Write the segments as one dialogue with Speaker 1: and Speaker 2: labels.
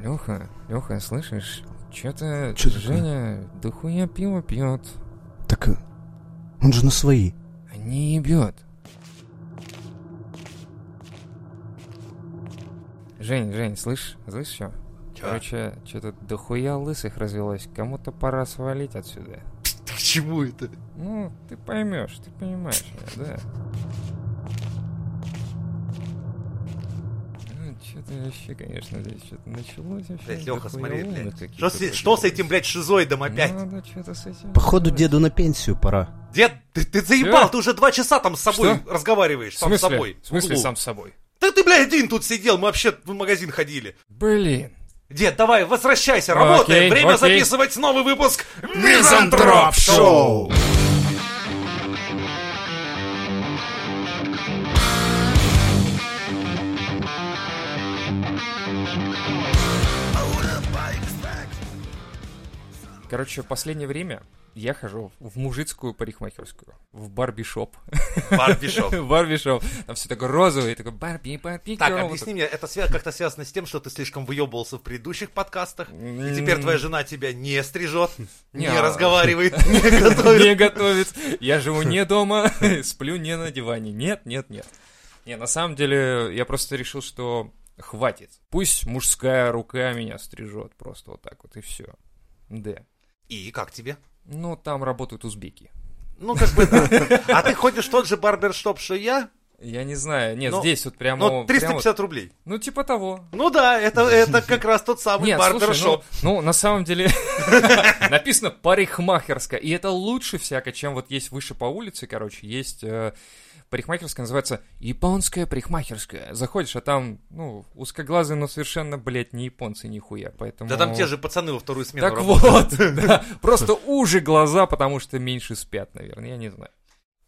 Speaker 1: Леха, Леха, слышишь? Че-то
Speaker 2: Чё такое?
Speaker 1: Женя дохуя пиво пьет,
Speaker 2: Так э, он же на свои.
Speaker 1: а не ебет. Жень, Жень, слышь, слышь что? Короче, что-то дохуя лысых развелось. Кому-то пора свалить отсюда.
Speaker 3: К чему это?
Speaker 1: Ну, ты поймешь, ты понимаешь, меня, да. Ну, что-то вообще, конечно, здесь что-то началось вообще.
Speaker 3: Блять, Леха,
Speaker 1: дохуя
Speaker 3: смотри,
Speaker 1: умных
Speaker 3: блядь.
Speaker 1: каких-то
Speaker 3: Что с, что с
Speaker 1: появилось.
Speaker 3: этим, блядь,
Speaker 1: Ну.
Speaker 3: шизоидом опять?
Speaker 1: Надо что-то с этим
Speaker 2: Походу
Speaker 1: делать.
Speaker 2: деду на пенсию пора.
Speaker 3: Дед, ты, ты заебал,
Speaker 1: Чё?
Speaker 3: ты уже два часа там с собой
Speaker 1: Что?
Speaker 3: разговариваешь,
Speaker 1: В
Speaker 3: сам с
Speaker 1: смысле?
Speaker 3: собой.
Speaker 1: В смысле
Speaker 3: углу.
Speaker 1: сам с собой?
Speaker 3: Так ты, блядь, один тут сидел, мы вообще в магазин ходили.
Speaker 1: Блин.
Speaker 3: Дед, давай, возвращайся, работаем,
Speaker 1: Ну, Окей,
Speaker 3: время
Speaker 1: окей.
Speaker 3: записывать новый выпуск
Speaker 2: Мизантроп Шоу!
Speaker 1: Короче, в последнее время я хожу в мужицкую парикмахерскую, в барби-шоп.
Speaker 3: Барбишоп.
Speaker 1: В барби-шоп. Там все такое розовое, такое барби, барби,
Speaker 3: Так,
Speaker 1: girl. Вот
Speaker 3: объясни мне, это свя- как-то связано с тем, что ты слишком выебывался в предыдущих подкастах, и теперь твоя жена тебя не стрижет, не
Speaker 1: Не.
Speaker 3: разговаривает, не
Speaker 1: не
Speaker 3: готовит.
Speaker 1: готовит. Я живу не дома, сплю не на диване. Нет, нет, нет. Не, на самом деле, я просто решил, что хватит. Пусть мужская рука меня стрижет просто вот так вот, и все. Да.
Speaker 3: И как тебе?
Speaker 1: Ну, там работают узбеки.
Speaker 3: Ну, как бы да. А ты ходишь в тот же барбершоп, что и я,
Speaker 1: Я не знаю, нет,
Speaker 3: Ну,
Speaker 1: здесь вот прямо...
Speaker 3: но
Speaker 1: прямо-
Speaker 3: 350 рублей.
Speaker 1: ну, типа того.
Speaker 3: Ну да, это, это как раз тот самый
Speaker 1: Нет, слушай, ну,
Speaker 3: барбершоп.
Speaker 1: ну, на самом деле, написано парикмахерская, и это лучше всяко, чем вот есть выше по улице, короче, есть э, парикмахерская, называется японская парикмахерская. Заходишь, а там, ну, узкоглазые, но совершенно, блядь, не японцы нихуя, поэтому...
Speaker 3: Да там те же пацаны во вторую смену
Speaker 1: ну, Так
Speaker 3: работают.
Speaker 1: вот, да, просто уже глаза, потому что меньше спят, наверное, я не знаю.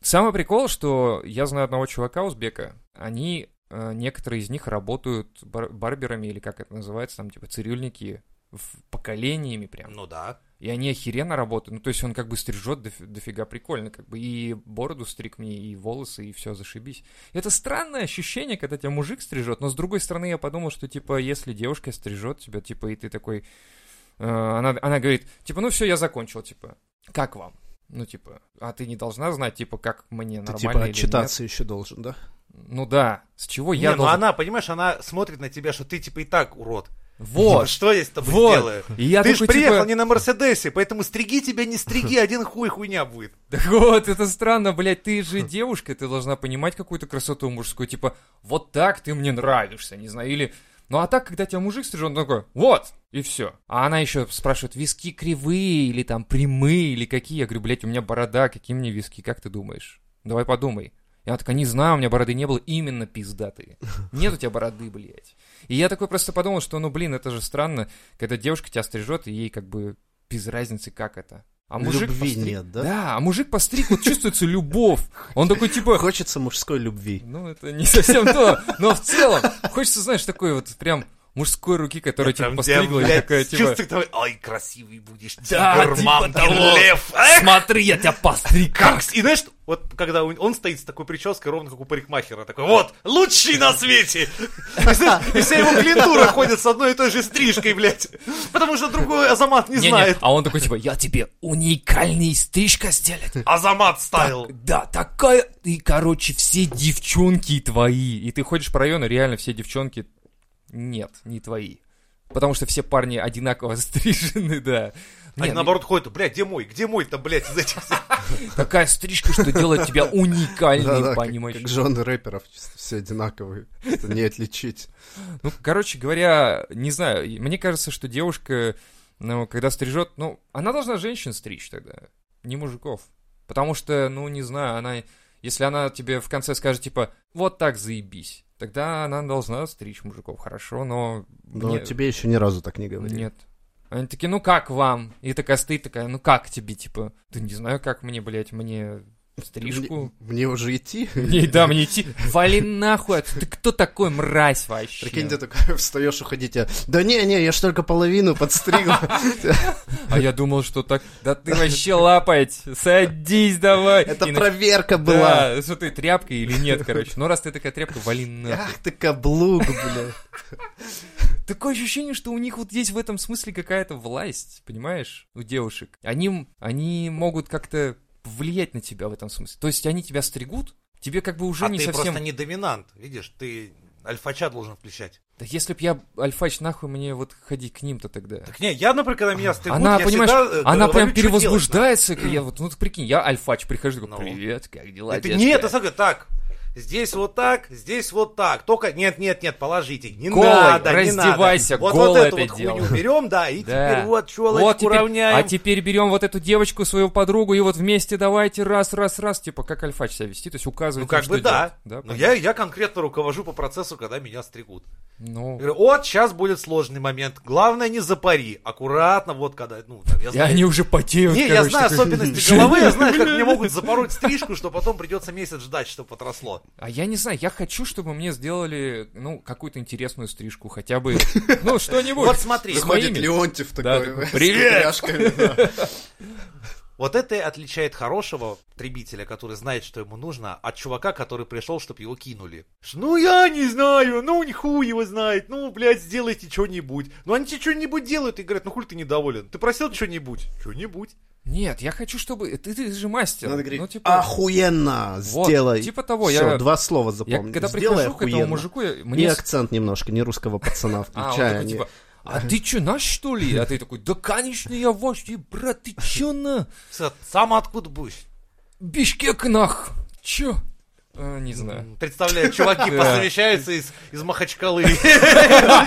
Speaker 1: Самый прикол, что я знаю одного чувака узбека, они, э, некоторые из них работают бар- барберами, или как это называется, там типа цирюльники, в- поколениями прям.
Speaker 3: Ну да.
Speaker 1: И они охеренно работают, ну то есть он как бы стрижет дофи- дофига прикольно, как бы и бороду стриг мне, и волосы, и все, зашибись. Это странное ощущение, когда тебя мужик стрижет, но с другой стороны я подумал, что типа если девушка стрижет тебя, типа и ты такой, Э, она, она говорит, типа, ну все, я закончил, типа, как вам? Ну, типа, а ты не должна знать, типа, как мне
Speaker 2: Ты
Speaker 1: нормально
Speaker 2: типа
Speaker 1: или
Speaker 2: отчитаться еще должен, да?
Speaker 1: нет? Ну да, с чего
Speaker 3: Не,
Speaker 1: я
Speaker 3: ну
Speaker 1: должен?
Speaker 3: она, понимаешь, она смотрит на тебя, что ты типа и так урод. Типа,
Speaker 1: Вот,
Speaker 3: Что я с тобой
Speaker 1: вот.
Speaker 3: сделаю?
Speaker 1: И я
Speaker 3: ты же
Speaker 1: такой,
Speaker 3: приехал
Speaker 1: типа,
Speaker 3: не на Мерседесе, поэтому стриги тебя не стриги, один хуй хуйня будет.
Speaker 1: Так вот, это странно, блядь, ты же девушка, ты должна понимать какую-то красоту мужскую, типа, вот так ты мне нравишься, не знаю, или... Ну а так, когда тебя мужик стрижет, он такой, вот, и все. А она еще спрашивает, виски кривые или там прямые, или какие? Я говорю, блядь, у меня борода, какие мне виски, как ты думаешь? Давай подумай. И она такая, не знаю, у меня бороды не было, именно пиздатые. Нет у тебя бороды, блядь. И я такой просто подумал, что, ну, блин, это же странно, когда девушка тебя стрижет, и ей как бы без разницы, как это. А мужик
Speaker 2: Любви
Speaker 1: постриг-
Speaker 2: нет, да?
Speaker 1: да, а мужик постриг, вот чувствуется любовь. Он такой типа,
Speaker 2: Хочется мужской любви.
Speaker 1: ну это не совсем то, но в целом хочется, знаешь, такой вот прям мужской руки, которая типа
Speaker 3: Прям тебя,
Speaker 1: постригла и
Speaker 3: блядь,
Speaker 1: такая типа...
Speaker 3: чувствует, давай, ой, красивый будешь,
Speaker 1: Да,
Speaker 3: тигр,
Speaker 1: типа
Speaker 3: мам, ты
Speaker 1: того.
Speaker 3: лев. Эх,
Speaker 1: Смотри, я тебя постриг.
Speaker 3: Как? с- И знаешь, вот когда он- он стоит с такой прической, ровно как у парикмахера, такой, вот, лучший на свете! И знаешь, и вся его клиентура ходит с одной и той же стрижкой, блядь. Потому что другой Азамат не
Speaker 1: Не-не,
Speaker 3: знает.
Speaker 1: а он такой типа, я тебе уникальный стрижка сделает.
Speaker 3: Азамат ставил.
Speaker 1: Да, такая, и короче, все девчонки твои. И ты ходишь по району, реально все девчонки, нет, не твои. Потому что все парни одинаково стрижены, да.
Speaker 3: Они
Speaker 1: Не, ну-
Speaker 3: наоборот ходят, блядь, где мой, где мой-то, блядь, из этих всех?»
Speaker 1: Такая стрижка, что делает тебя уникальным,
Speaker 2: Да-да, как,
Speaker 1: понимаешь?
Speaker 2: как жены рэперов, чисто все одинаковые, это не отличить.
Speaker 1: Ну, короче говоря, не знаю, и мне кажется, что девушка, ну, когда стрижет, ну, она должна женщин стричь тогда, не мужиков. Потому что, ну, не знаю, она, если она тебе в конце скажет, типа, вот так заебись, тогда она должна стричь мужиков, хорошо, но...
Speaker 2: Но
Speaker 1: мне-
Speaker 2: Ну, тебе еще ни разу так не говорили.
Speaker 1: Нет. Они такие, ну как вам? И такая стоит такая, ну как тебе, типа, да не знаю, как мне, блядь, мне стрижку.
Speaker 2: Мне, мне уже идти?
Speaker 1: Не, да, мне идти. Вали нахуй, отсюда. ты кто такой мразь вообще?
Speaker 2: Прикинь, ты такой встаешь, уходить, а, да не, не, я ж только половину подстриг.
Speaker 1: А я думал, что так... Да ты вообще лапать, садись давай.
Speaker 2: Это
Speaker 1: И на-
Speaker 2: проверка была.
Speaker 1: Да, что ты, тряпка или нет, короче. Ну, раз ты такая тряпка, вали нахуй.
Speaker 2: Ах ты каблук, бля.
Speaker 1: Такое ощущение, что у них вот есть в этом смысле какая-то власть, понимаешь, у девушек. Они, они могут как-то влиять на тебя в этом смысле. То есть они тебя стригут, тебе как бы уже
Speaker 3: а
Speaker 1: не
Speaker 3: ты
Speaker 1: совсем...
Speaker 3: просто не доминант, видишь, ты альфача должен включать.
Speaker 1: Да если б я альфач, нахуй мне вот ходить к ним-то тогда.
Speaker 3: Так не, я, например, когда меня стригут,
Speaker 1: она,
Speaker 3: я
Speaker 1: понимаешь,
Speaker 3: всегда, э,
Speaker 1: она прям
Speaker 3: говорю, что делать надо.
Speaker 1: перевозбуждается. я вот, ну ты прикинь, я альфач, прихожу, такой,
Speaker 3: Ну.
Speaker 1: привет, как дела,
Speaker 3: Это-
Speaker 1: детка?»
Speaker 3: Нет, это смотри, так. Здесь вот так, здесь вот так. Только нет, нет, нет, положите. Не
Speaker 1: Голой,
Speaker 3: надо, не
Speaker 1: раздевайся,
Speaker 3: надо. Вот,
Speaker 1: голой
Speaker 3: вот эту
Speaker 1: это
Speaker 3: вот
Speaker 1: делай.
Speaker 3: хуйню берем, да, и
Speaker 1: Да.
Speaker 3: теперь вот челочку
Speaker 1: Вот теперь-
Speaker 3: равняем.
Speaker 1: А теперь берем вот эту девочку, свою подругу, и вот вместе давайте раз, раз, раз, типа как альфач себя вести, то есть
Speaker 3: Ну
Speaker 1: указывает,
Speaker 3: как
Speaker 1: им,
Speaker 3: бы
Speaker 1: что
Speaker 3: да.
Speaker 1: делать.
Speaker 3: Но
Speaker 1: понятно.
Speaker 3: я, я конкретно руковожу по процессу, когда меня стригут.
Speaker 1: Ну,
Speaker 3: Я говорю, вот сейчас будет сложный момент. Главное не запари. Аккуратно, вот когда, ну, там, я
Speaker 1: и они уже потеют,
Speaker 3: Не, я
Speaker 1: короче,
Speaker 3: знаю
Speaker 1: такой,
Speaker 3: особенности
Speaker 1: «Жи».
Speaker 3: головы, я знаю, как мне могут запороть стрижку, что потом придется месяц ждать, чтобы отросло.
Speaker 1: А я не знаю, я хочу, чтобы мне сделали, ну, какую-то интересную стрижку, хотя бы, ну, что-нибудь.
Speaker 3: Вот смотри,
Speaker 1: С
Speaker 2: Заходит
Speaker 1: моими.
Speaker 2: Леонтьев
Speaker 1: Да,
Speaker 2: такой.
Speaker 1: такой,
Speaker 2: с
Speaker 1: «Привет!»
Speaker 2: кудряшками, да.
Speaker 3: Вот это и отличает хорошего потребителя, который знает, что ему нужно, от чувака, который пришел, чтобы его кинули. Ш- Ну я не знаю, ну ниху его знает, ну, блядь, сделайте что-нибудь. Ну они тебе что-нибудь делают и говорят, ну хули ты недоволен, ты просил что-нибудь? Что-нибудь.
Speaker 1: Нет, я хочу, чтобы... Ты, ты же мастер.
Speaker 2: Надо говорить,
Speaker 1: ну, типа,
Speaker 2: охуенно,
Speaker 1: вот,
Speaker 2: сделай.
Speaker 1: типа того,
Speaker 2: Всё,
Speaker 1: я-
Speaker 2: два слова
Speaker 1: я
Speaker 2: запомни.
Speaker 1: когда
Speaker 2: Сделай
Speaker 1: прихожу к этому
Speaker 2: охуенно.
Speaker 1: мужику, я-
Speaker 2: И
Speaker 1: мне... с-
Speaker 2: акцент немножко, не русского пацана
Speaker 1: А, он такой,
Speaker 2: включая.
Speaker 1: типа, а ты чё, наш, что ли? А ты такой, да, конечно, я ваш, и, брат, ты чё на?
Speaker 3: Са- Сам откуда будешь?
Speaker 1: Бишкек нах! Чё? Э, Не знаю.
Speaker 3: М, Представляю, чуваки
Speaker 1: Да.
Speaker 3: посовещаются из, из Махачкалы.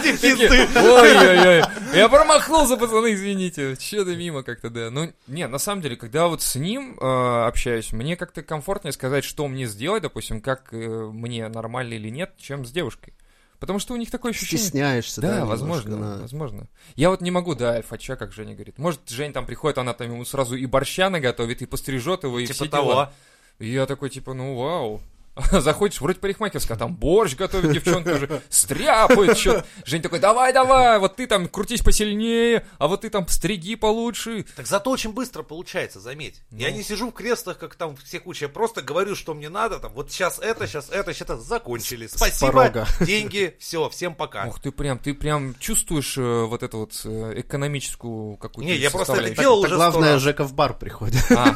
Speaker 3: Дефицит.
Speaker 1: Ой-ой-ой, я промахнулся, пацаны, извините. Че-то мимо как-то, да. Ну, не, на самом деле, когда вот с ним э, общаюсь, мне как-то комфортнее сказать, что мне сделать, допустим, как э, мне нормально или нет, чем с девушкой. Потому что у них такое ощущение...
Speaker 2: Стесняешься,
Speaker 1: Да,
Speaker 2: немножко,
Speaker 1: возможно,
Speaker 2: да.
Speaker 1: возможно. Я вот не могу, да, альфача, как Женя говорит. Может, Жень там приходит, она там ему сразу и борща наготовит, и пострижет его, и
Speaker 3: Типа
Speaker 1: все
Speaker 3: того.
Speaker 1: дела. И я такой, типа, ну вау. Заходишь, вроде парикмахерская, а там борщ готовит, девчонка уже стряпает, что Жень такой, давай, давай, вот ты там крутись посильнее, а вот ты там стриги получше.
Speaker 3: Так зато очень быстро получается, заметь. Я
Speaker 1: Ну.
Speaker 3: не сижу в креслах, как там все куча. Я просто говорю, что мне надо. Там вот сейчас это, сейчас это, сейчас это закончили. Спасибо.
Speaker 2: порога.
Speaker 3: Деньги, все, всем пока.
Speaker 1: Ух, ты прям, ты прям чувствуешь э, вот эту вот э, экономическую какую-то
Speaker 3: Не, я просто это
Speaker 1: составляющую.
Speaker 3: делал
Speaker 2: Так
Speaker 3: уже
Speaker 2: главное,
Speaker 3: сто раз.
Speaker 2: Жека в бар приходит.
Speaker 1: А.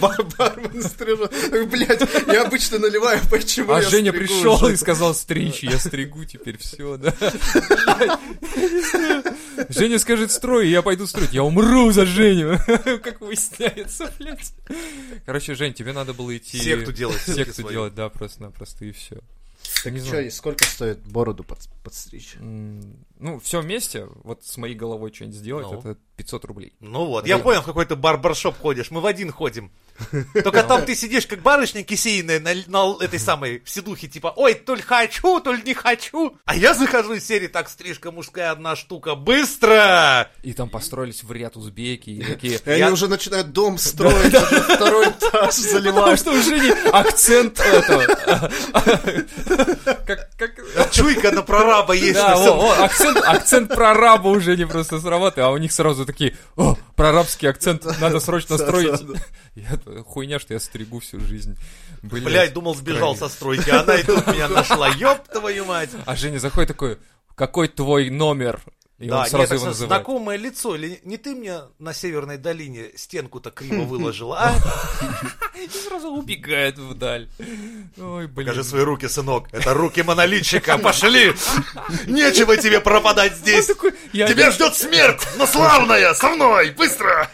Speaker 2: Бар- Бармен стрижет. Блять, я обычно наливаю, почему
Speaker 1: А
Speaker 2: я
Speaker 1: Женя
Speaker 2: стригу
Speaker 1: пришел
Speaker 2: уже?
Speaker 1: и сказал стричь, я стригу теперь все, да. Женя скажет строй, и я пойду строить. Я умру за Женю. Как выясняется, блядь. Короче, Жень, тебе надо было идти...
Speaker 3: Секту делать,
Speaker 1: Все,
Speaker 3: секту
Speaker 1: кто
Speaker 3: свою.
Speaker 1: делать, да, просто-напросто, и все.
Speaker 2: Так
Speaker 1: Не
Speaker 2: чё,
Speaker 1: знаю.
Speaker 2: и сколько стоит бороду под- подстричь?
Speaker 1: Ну, все вместе, вот с моей головой что-нибудь сделать,
Speaker 3: Ну.
Speaker 1: это 500 рублей.
Speaker 3: Ну вот, я
Speaker 2: Да.
Speaker 3: понял, в какой ты барбершоп ходишь. Мы в один ходим. Только там ты сидишь, как барышня кисейная на, на этой самой сидухе, типа, ой, то ли хочу, то ли не хочу. А я захожу из серии, так, стрижка мужская, одна штука, быстро!
Speaker 1: И там построились в ряд узбеки, и такие...
Speaker 2: И Они
Speaker 3: Я-
Speaker 2: уже начинают дом строить, уже второй этаж
Speaker 1: Потому
Speaker 2: заливают.
Speaker 1: что у Жени акцент этого. Как, как,
Speaker 3: Чуйка на прораба есть.
Speaker 1: Да,
Speaker 3: на всем
Speaker 1: во, во, акцент, акцент прораба уже не просто сработает, а у них сразу такие, о, прорабский акцент, надо срочно
Speaker 2: Да,
Speaker 1: строить.
Speaker 2: да, да.
Speaker 1: Я, т- хуйня, что я стригу всю жизнь. Блядь.
Speaker 3: Блять, думал, сбежал со стройки, а она и тут меня нашла. Ёб твою мать.
Speaker 1: А Женя заходит такой, какой твой номер? И он
Speaker 3: нет,
Speaker 1: сразу
Speaker 3: так
Speaker 1: его
Speaker 3: что
Speaker 1: называет.
Speaker 3: знакомое лицо. Или не ты мне на Северной долине стенку-то криво выложила, а?
Speaker 1: И сразу убегает вдаль. Ой, блин.
Speaker 3: Покажи свои руки, сынок. Это руки монолитчика. Пошли! Нечего тебе пропадать
Speaker 1: Он
Speaker 3: здесь.
Speaker 1: такой, я
Speaker 3: Тебя ждет смерть, но славная, со мной, быстро!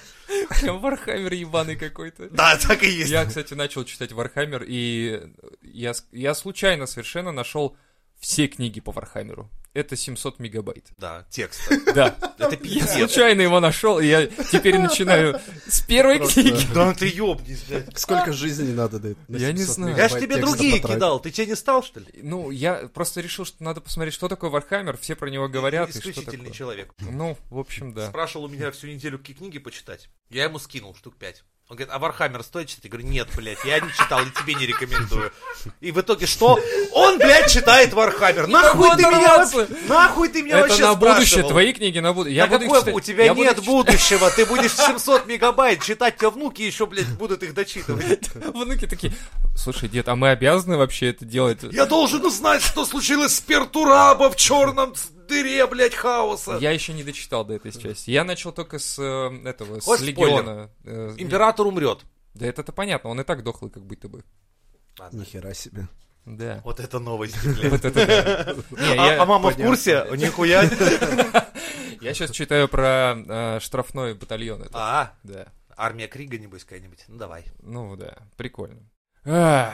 Speaker 1: прям Вархаммер ебаный какой-то.
Speaker 3: Да, так и есть.
Speaker 1: Я, кстати, начал читать Вархаммер, и я, с- я случайно совершенно нашел все книги по Вархаммеру. Это 700 мегабайт.
Speaker 3: Да, текст.
Speaker 1: Да.
Speaker 3: Это
Speaker 1: Я
Speaker 3: пиздец.
Speaker 1: случайно его нашел, и я теперь начинаю с первой книги.
Speaker 3: Да ну ты ёбнись, блядь.
Speaker 2: Сколько жизни надо дает?
Speaker 1: Я не знаю.
Speaker 3: Я ж тебе другие кидал, ты тебе не стал, что ли?
Speaker 1: Ну, я просто решил, что надо посмотреть, что такое Вархаммер, все про него говорят. и что
Speaker 3: Исключительный
Speaker 1: такое.
Speaker 3: человек.
Speaker 1: Ну, в общем, да.
Speaker 3: Спрашивал у меня всю неделю, какие книги почитать. Я ему скинул штук пять. Он говорит, а Вархаммер стоит читать? Я говорю, нет, блядь, я не читал и тебе не рекомендую. И в итоге что? Он, блядь, читает Вархаммер. Нахуй
Speaker 1: могу
Speaker 3: ты меня
Speaker 1: оторваться.
Speaker 3: вообще, нахуй ты меня
Speaker 1: Это
Speaker 3: вообще
Speaker 1: на будущее,
Speaker 3: спрашивал?
Speaker 1: твои книги на будущее.
Speaker 3: Да
Speaker 1: Я буду их
Speaker 3: какое-
Speaker 1: читать.
Speaker 3: у тебя
Speaker 1: Я буду
Speaker 3: нет
Speaker 1: их читать.
Speaker 3: будущего, ты будешь 700 мегабайт читать, тебе внуки еще, блядь, будут их дочитывать.
Speaker 1: Внуки такие, слушай, дед, а мы обязаны вообще это делать?
Speaker 3: Я должен узнать, что случилось с Пертураба в черном дыре, блядь, хаоса.
Speaker 1: Я еще не дочитал до этой части. Я начал только с э, этого, с
Speaker 3: Хочешь спойлер?
Speaker 1: Легиона. Э,
Speaker 3: Император умрет.
Speaker 1: Да это-то понятно, он и так дохлый, как будто бы.
Speaker 2: Нихера себе.
Speaker 1: Да.
Speaker 3: Вот это новость. блядь.
Speaker 1: Вот это да. Не,
Speaker 3: А,
Speaker 1: я-
Speaker 3: а мама в
Speaker 2: понятно.
Speaker 3: курсе? Нихуя.
Speaker 1: Я сейчас читаю про э, штрафной батальон. этот.
Speaker 3: А,
Speaker 1: Да.
Speaker 3: армия Крига, небось, какая-нибудь. Ну, давай.
Speaker 1: Ну да, прикольно. Ах,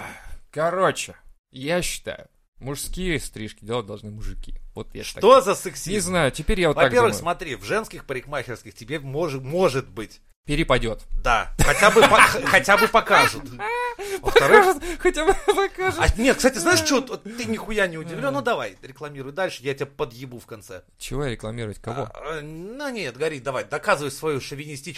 Speaker 1: Короче, я считаю, мужские стрижки делать должны мужики. Вот я так-
Speaker 3: Что за
Speaker 1: Не
Speaker 3: сексизм?
Speaker 1: знаю, теперь я вот так
Speaker 3: Во-первых,
Speaker 1: думаю.
Speaker 3: смотри, в женских парикмахерских тебе мож- может быть.
Speaker 1: Перепадет.
Speaker 3: Да, хотя бы, по- хотя бы покажут. Во-вторых,
Speaker 1: Хотя бы покажет.
Speaker 3: а, нет, кстати, знаешь что, ты нихуя не удивлен, ну давай, рекламируй дальше, я тебя подъебу в конце.
Speaker 1: А Чего рекламировать? Кого?
Speaker 3: А, э, ну нет, гори, давай, доказывай свою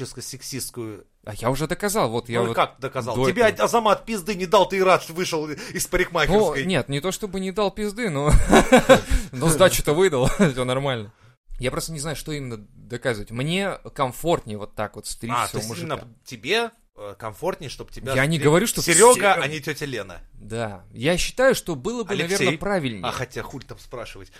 Speaker 3: шовинистическо-сексистскую.
Speaker 1: А я уже доказал, вот я
Speaker 3: ну и
Speaker 1: вот...
Speaker 3: как ты доказал?
Speaker 1: до
Speaker 3: Тебе
Speaker 1: этого.
Speaker 3: Азамат пизды не дал, ты и рад, что вышел из
Speaker 1: Ну,
Speaker 3: парикмахерской.
Speaker 1: нет, не то чтобы не дал пизды, но... Но сдачу-то выдал, все нормально. Я просто не знаю, что именно доказывать. Мне комфортнее вот так вот
Speaker 3: а,
Speaker 1: стричься у
Speaker 3: то есть
Speaker 1: мужика.
Speaker 3: именно тебе э, комфортнее, чтобы тебя...
Speaker 1: Я не
Speaker 3: стриг
Speaker 1: говорю, что
Speaker 3: Серега,
Speaker 1: Серега.
Speaker 3: а не тетя Лена.
Speaker 1: Да. Я считаю, что было бы,
Speaker 3: Алексей.
Speaker 1: наверное, правильнее.
Speaker 3: А хотя хуй там спрашивать.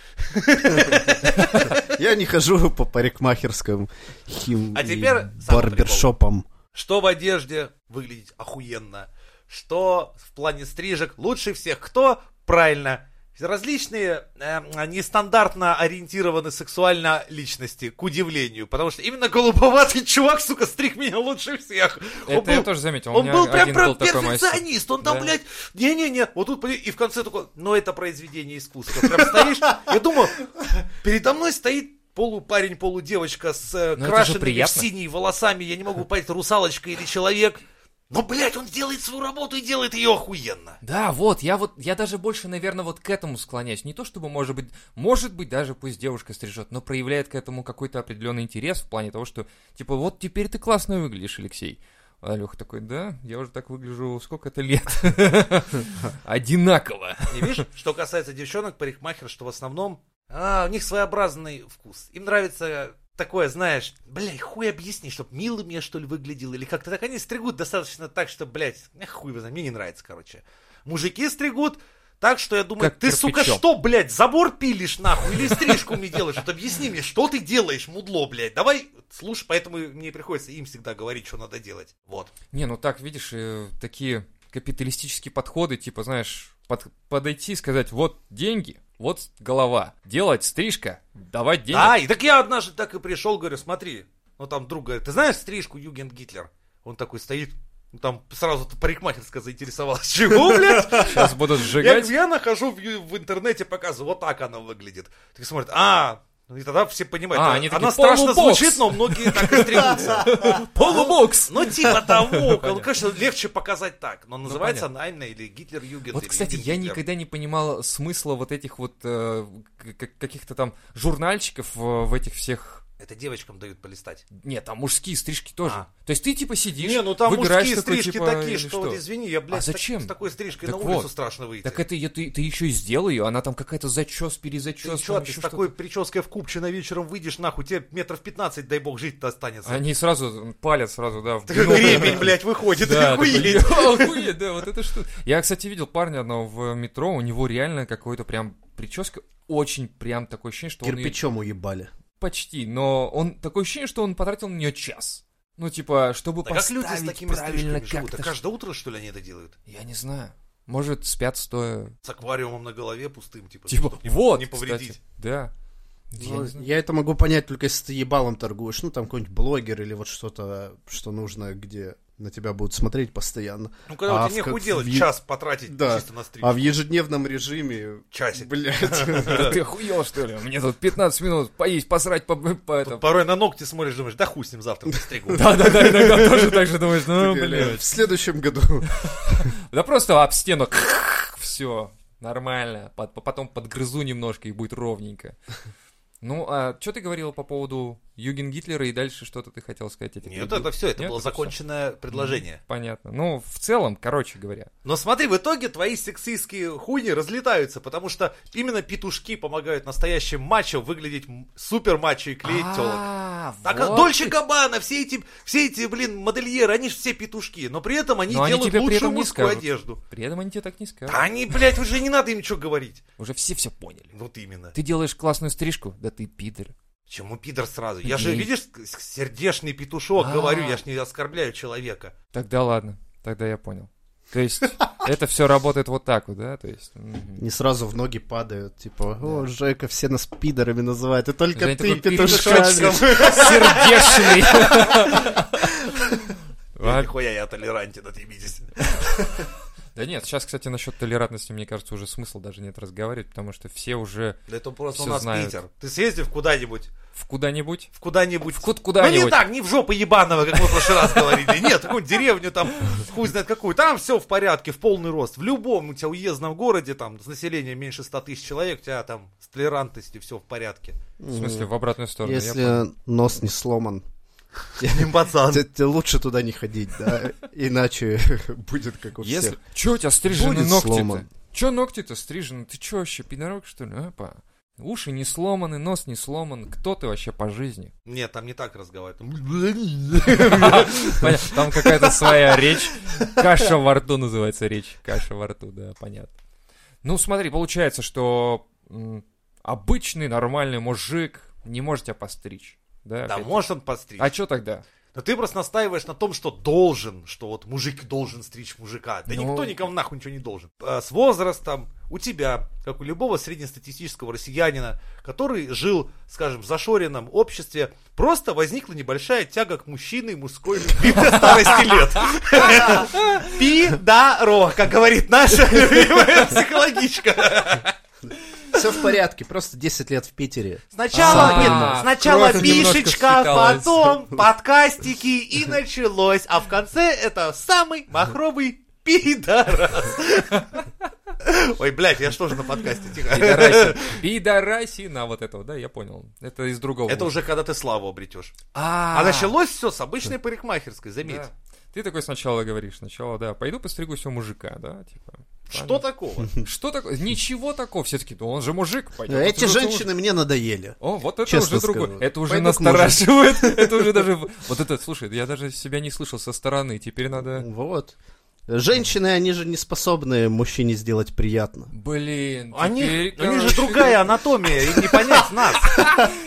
Speaker 2: Я не хожу по парикмахерским хим
Speaker 3: А
Speaker 2: и
Speaker 3: теперь самый
Speaker 2: барбершопам.
Speaker 3: Что в одежде выглядеть охуенно. Что в плане стрижек лучше всех. Кто? Правильно. Различные э, нестандартно ориентированы сексуально личности, к удивлению. Потому что именно голубоватый чувак, сука, стриг меня лучше всех.
Speaker 1: Это
Speaker 3: Он был-
Speaker 1: я тоже заметил. а у
Speaker 3: он
Speaker 1: меня
Speaker 3: был прям,
Speaker 1: один
Speaker 3: прям
Speaker 1: был такой мастер.
Speaker 3: перфекционист, он там,
Speaker 1: Да.
Speaker 3: блядь, не-не-не, вот тут, блядь, и в конце такой, ну это произведение искусства. Прям стоишь, я думал, передо мной стоит полупарень, полудевочка с э,
Speaker 1: Ну, это же
Speaker 3: крашенными в
Speaker 1: приятно.
Speaker 3: синие волосами, я не могу понять, русалочка или человек. Но, блядь, он делает свою работу и делает ее охуенно.
Speaker 1: Да, вот, я вот, я даже больше, наверное, вот к этому склоняюсь. Не то чтобы, может быть, может быть, даже пусть девушка стрижет, но проявляет к этому какой-то определенный интерес в плане того, что, типа, вот теперь ты классно выглядишь, Алексей. А Леха такой, да, я уже так выгляжу сколько-то лет. Одинаково.
Speaker 3: И видишь, что касается девчонок, парикмахер, что в основном а, у них своеобразный вкус. Им нравится такое, знаешь, блядь, хуй объясни, чтоб милым я, что ли, выглядел, или как-то так. Они стригут достаточно так, что, блядь, э, хуй его знает, мне не нравится, короче. Мужики стригут так, что я думаю,
Speaker 1: Как
Speaker 3: ты, сука,
Speaker 1: кирпичом.
Speaker 3: что, блядь, забор пилишь, нахуй, или стрижку мне делаешь? Вот объясни мне, что ты делаешь, мудло, блядь. Давай, слушай, поэтому мне приходится им всегда говорить, что надо делать. Вот.
Speaker 1: Не, ну так, видишь, э, такие капиталистические подходы, типа, знаешь, под- подойти и сказать, вот деньги, вот голова, делать стрижка, давать деньги.
Speaker 3: Да, А, и так я однажды так и пришел, говорю, смотри. Ну там друг говорит, ты знаешь стрижку Юген Гитлер? Он такой стоит, ну, там сразу парикмахерская заинтересовалась. Чего, блядь?
Speaker 1: Сейчас будут
Speaker 3: Я,
Speaker 1: сжигать.
Speaker 3: я нахожу в, ю- в интернете показываю, вот так она выглядит. Так смотрит, а, ну и тогда все понимают,
Speaker 1: А,
Speaker 3: а,
Speaker 1: они такие,
Speaker 3: она страшно
Speaker 1: «Полубокс».
Speaker 3: звучит, но многие так и стригутся.
Speaker 1: Полубокс!
Speaker 3: Ну типа того,
Speaker 1: понятно.
Speaker 3: конечно, легче показать так, но называется
Speaker 1: Ну, понятно.
Speaker 3: она именно или Гитлер Юген.
Speaker 1: Вот, кстати, я никогда не понимал смысла вот этих вот э, к- к- каких-то там журнальчиков э, в этих всех...
Speaker 3: Это девочкам дают полистать.
Speaker 1: Нет, там мужские стрижки тоже.
Speaker 3: А.
Speaker 1: То есть ты типа сидишь,
Speaker 3: Не, ну там
Speaker 1: выбираешь
Speaker 3: мужские
Speaker 1: такой,
Speaker 3: стрижки
Speaker 1: типа,
Speaker 3: такие,
Speaker 1: или
Speaker 3: что, вот извини, я, блядь,
Speaker 1: А
Speaker 3: с так-
Speaker 1: зачем?
Speaker 3: с такой стрижкой
Speaker 1: Так
Speaker 3: на улицу
Speaker 1: вот.
Speaker 3: страшно выйти.
Speaker 1: Так это ее, ты, ты еще и сделай ее, она там какая-то зачес,
Speaker 3: ты
Speaker 1: перезачес,
Speaker 3: чё,
Speaker 1: там
Speaker 3: ты
Speaker 1: еще
Speaker 3: с
Speaker 1: что-то.
Speaker 3: такой прической в Купчино вечером выйдешь, нахуй, тебе метров 15, дай бог, жить-то останется.
Speaker 1: Они сразу палят сразу, да. в
Speaker 3: Такой
Speaker 1: бинокль.
Speaker 3: гребень, блядь, выходит,
Speaker 1: Да,
Speaker 3: охуеть.
Speaker 1: такой, «Ё, охуеть, да, вот это что. Я, кстати, видел парня одного в метро, у него реально какой-то прям прическа, очень прям такое ощущение, что он её-
Speaker 2: Кирпичом уебали.
Speaker 1: Почти, но он такое ощущение, что он потратил на нее час. Ну, типа, чтобы
Speaker 3: Да А как люди с
Speaker 1: поставить
Speaker 3: такими
Speaker 1: правильно
Speaker 3: стрижками живут?
Speaker 1: как-то.
Speaker 3: А каждое утро, что ли, они это делают?
Speaker 1: Я не знаю. Может, спят стоя.
Speaker 3: С аквариумом на голове пустым, типа.
Speaker 1: Типа,
Speaker 3: чтоб не-
Speaker 1: вот,
Speaker 3: Не повредить.
Speaker 1: кстати. Да. Я
Speaker 2: Ну,
Speaker 1: не знаю.
Speaker 2: я это могу понять только если ты ебалом торгуешь, ну там какой-нибудь блогер или вот что-то, что нужно, где на тебя будут смотреть постоянно.
Speaker 3: Ну, когда
Speaker 2: А
Speaker 3: у тебя
Speaker 2: в как-
Speaker 3: нехуй делать,
Speaker 2: в е-
Speaker 3: час потратить
Speaker 2: Да.
Speaker 3: чисто на
Speaker 2: А в
Speaker 3: стрижку.
Speaker 2: ежедневном режиме,
Speaker 3: Часик.
Speaker 2: блядь,
Speaker 1: Да ты охуел, что ли? Мне тут 15 минут поесть, посрать, по, по
Speaker 3: Тут
Speaker 1: этому.
Speaker 3: порой на ногти смотришь, думаешь, да хуй с ним завтра постригу.
Speaker 1: Да-да-да, иногда тоже так же думаешь, ну,
Speaker 2: в
Speaker 1: блядь.
Speaker 2: следующем году.
Speaker 1: Да просто об стену. Все, нормально. Под- Потом подгрызу немножко и будет ровненько. Ну, а что ты говорила по поводу Юген Гитлера и дальше что-то ты хотел сказать? Я тебя
Speaker 3: Нет,
Speaker 1: перебил.
Speaker 3: это все, это
Speaker 1: Нет,
Speaker 3: было
Speaker 1: это всё.
Speaker 3: законченное предложение.
Speaker 1: Понятно. Ну, в целом, короче говоря.
Speaker 3: Но смотри, в итоге твои сексистские хуйни разлетаются, потому что именно петушки помогают настоящим мачо выглядеть м- супер мачо и клеить телок.
Speaker 1: А,
Speaker 3: Так,
Speaker 1: вот
Speaker 3: а Дольче Габбана, все эти, все эти, блин, модельеры, они же все петушки, но при этом они
Speaker 1: Но они
Speaker 3: делают
Speaker 1: тебе при
Speaker 3: лучшую
Speaker 1: этом не
Speaker 3: мужскую
Speaker 1: скажут.
Speaker 3: одежду.
Speaker 1: При этом они тебе так не скажут.
Speaker 3: Да они, блядь, уже не надо им что говорить.
Speaker 1: Уже все все поняли.
Speaker 3: Вот именно.
Speaker 1: Ты делаешь классную стрижку, Да ты пидор.
Speaker 3: Почему пидор сразу? Я же,
Speaker 1: Ей.
Speaker 3: видишь, с- сердечный петушок
Speaker 1: А.
Speaker 3: говорю, я ж не оскорбляю человека.
Speaker 1: Тогда ладно, тогда я понял. То есть это все работает вот так вот, да? То есть... мгм.
Speaker 2: Не сразу в ноги падают, типа, о, Жека, все нас пидорами называют, и только
Speaker 1: Женя
Speaker 2: ты
Speaker 1: такой,
Speaker 2: петушками.
Speaker 1: «Петушочком, Сердечный.
Speaker 3: Я
Speaker 1: А,
Speaker 3: Нихуя я толерантен, отъебитесь.
Speaker 1: Да нет, сейчас, кстати, насчет толерантности, мне кажется, уже смысла даже нет разговаривать, потому что все уже
Speaker 3: Да это просто у
Speaker 1: Всё
Speaker 3: нас
Speaker 1: знают.
Speaker 3: Питер. Ты съезди в куда-нибудь,
Speaker 1: в куда-нибудь...
Speaker 3: в куда-нибудь.
Speaker 1: В кут
Speaker 3: Ну не
Speaker 1: куда-нибудь.
Speaker 3: так, не в жопу ебаного, как мы в прошлый раз говорили. Нет, какую-нибудь деревню там, хуй знает какую. Там все в порядке, в полный рост. В любом у тебя уездном городе, там, с населением меньше 100 тысяч человек, у тебя там с толерантностью все в порядке.
Speaker 1: В смысле, в обратную сторону. я понял.
Speaker 2: Если нос не сломан,
Speaker 3: Блин, пацан.
Speaker 2: те- те лучше туда не ходить, да, иначе будет как у
Speaker 1: Если...
Speaker 2: всех.
Speaker 1: Че у тебя стрижены
Speaker 2: Будет
Speaker 1: ногти-то?
Speaker 2: сломан.
Speaker 1: Че ногти-то стрижены? Ты че вообще, пидорок, что ли? Опа. Уши не сломаны, нос не сломан. Кто ты вообще по жизни?
Speaker 3: Нет, там не так разговаривают.
Speaker 1: Понятно, там какая-то своя речь. Каша во рту называется речь. Каша во рту, да, понятно. Ну, смотри, получается, что м, обычный нормальный мужик не может тебя постричь. Да,
Speaker 3: Да,
Speaker 1: опять?
Speaker 3: может он подстричь.
Speaker 1: А что тогда?
Speaker 3: Но ты просто настаиваешь на том, что должен, что вот мужик должен стричь мужика. Да
Speaker 1: Ну.
Speaker 3: никто никому нахуй ничего не должен. А С возрастом у тебя, как у любого среднестатистического россиянина, который жил, скажем, в зашоренном обществе, просто возникла небольшая тяга к мужчине и мужской любви до старости лет. Пидоро, как говорит наша любимая психологичка.
Speaker 2: Все в порядке, просто 10 лет в Питере.
Speaker 3: Сначала,
Speaker 1: А,
Speaker 3: нет, сначала
Speaker 1: кровь немножко
Speaker 3: пишечка,
Speaker 1: впиталась.
Speaker 3: потом подкастики и началось. А в конце это самый махровый пидорас. Ой, блядь, я что же на подкасте? Тихо.
Speaker 1: Пидорасина. Пидорасина, а вот этого, да, я понял. Это из другого.
Speaker 3: Это уже когда ты славу обретешь.
Speaker 1: А,
Speaker 3: А началось все с обычной парикмахерской, заметь.
Speaker 1: Да. Ты такой сначала говоришь, сначала, да, пойду постригусь у мужика, да, типа.
Speaker 3: Что такого?
Speaker 1: Понятно. Что такое? Ничего такого, все-таки, он же мужик, пойдем.
Speaker 2: Эти
Speaker 1: постригусь у мужика.
Speaker 2: женщины мне надоели.
Speaker 1: О, вот это
Speaker 2: Честно
Speaker 1: уже другое.
Speaker 2: скажу.
Speaker 1: Это уже
Speaker 2: Пойду к
Speaker 1: настораживает. Это уже даже... Вот это, слушай, я даже себя не слышал со стороны. Теперь надо...
Speaker 2: Вот. Женщины, они же не способны мужчине сделать приятно.
Speaker 1: Блин,
Speaker 3: Они,
Speaker 1: теперь,
Speaker 3: у них же
Speaker 1: короче,
Speaker 3: другая анатомия, и не понять нас.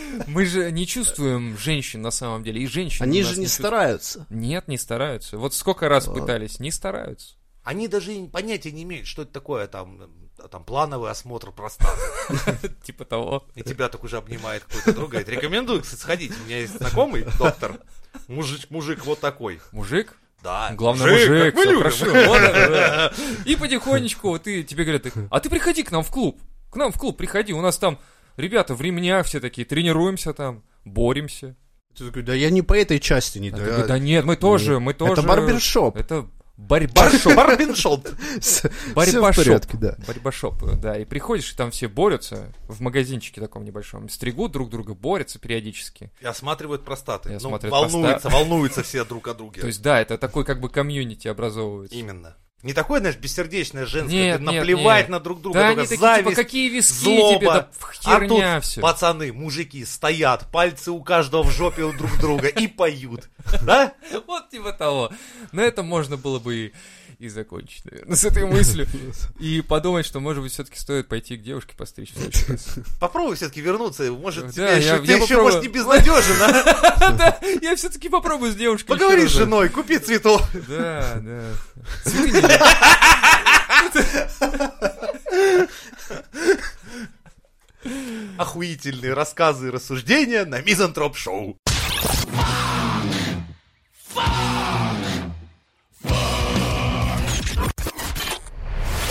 Speaker 1: Мы же не чувствуем женщин на самом деле, и женщины
Speaker 2: Они
Speaker 1: нас
Speaker 2: же не
Speaker 1: чувствуют.
Speaker 2: стараются.
Speaker 1: Нет, не стараются. Вот сколько раз пытались, не стараются.
Speaker 3: Они даже и понятия не имеют, что это такое там, э, там плановый осмотр пространства.
Speaker 1: Типа того.
Speaker 3: И тебя так уже обнимает какой-то друг, говорит, рекомендую, кстати, сходить, у меня есть знакомый доктор, мужик, мужик вот такой.
Speaker 1: Мужик?
Speaker 3: Да,
Speaker 1: Главное,
Speaker 3: А,
Speaker 1: мужик,
Speaker 3: как мы
Speaker 1: всё
Speaker 3: любим.
Speaker 1: хорошо. Вот оно, да. И потихонечку вот ты, тебе говорят, а ты приходи к нам в клуб. К нам в клуб приходи, у нас там ребята в ремнях все такие, тренируемся там, боремся.
Speaker 2: Ты такой, да я не по этой части не
Speaker 1: А ты говоришь, да нет, мы тоже, мы тоже.
Speaker 2: Это барбершоп.
Speaker 1: Это
Speaker 3: Барбин-
Speaker 1: борьбашоп.
Speaker 3: Барбиншоп.
Speaker 2: Все в
Speaker 1: Борьбашоп.
Speaker 2: порядке, да.
Speaker 1: Борьбашоп, да. И приходишь, и там все борются в магазинчике таком небольшом. Стригут друг друга, борются периодически.
Speaker 3: И осматривают простаты.
Speaker 1: И
Speaker 3: Ну,
Speaker 1: осматривают
Speaker 3: волнуются, волнуются все друг о друге.
Speaker 1: То есть, да, это такой как бы комьюнити образовывается.
Speaker 3: Именно. Не такое, знаешь, бессердечное женское,
Speaker 1: Нет,
Speaker 3: где
Speaker 1: нет,
Speaker 3: наплевать
Speaker 1: нет.
Speaker 3: на друг друга,
Speaker 1: Да они
Speaker 3: только
Speaker 1: такие, типа,
Speaker 3: зависть,
Speaker 1: какие виски тебе,
Speaker 3: злоба.
Speaker 1: да ф-
Speaker 3: А
Speaker 1: херня
Speaker 3: тут
Speaker 1: все.
Speaker 3: пацаны, мужики стоят, пальцы у каждого в жопе у друг друга и поют. Да?
Speaker 1: Вот типа того. На этом можно было бы и, и закончить, наверное, с этой мыслью. И подумать, что, может быть, все-таки стоит пойти к девушке постричь в следующий раз.
Speaker 3: Попробуй все-таки вернуться, может,
Speaker 1: Да,
Speaker 3: тебе
Speaker 1: я-
Speaker 3: еще, тебе
Speaker 1: я
Speaker 3: еще,
Speaker 1: попробую.
Speaker 3: может, не безнадежен, а?
Speaker 1: Да, я все-таки попробую с девушкой.
Speaker 3: Поговори с
Speaker 1: еще разок.
Speaker 3: женой, купи цветов.
Speaker 1: Да, да. Цветы не видно.
Speaker 3: Охуительные рассказы и рассуждения на Мизантроп Шоу.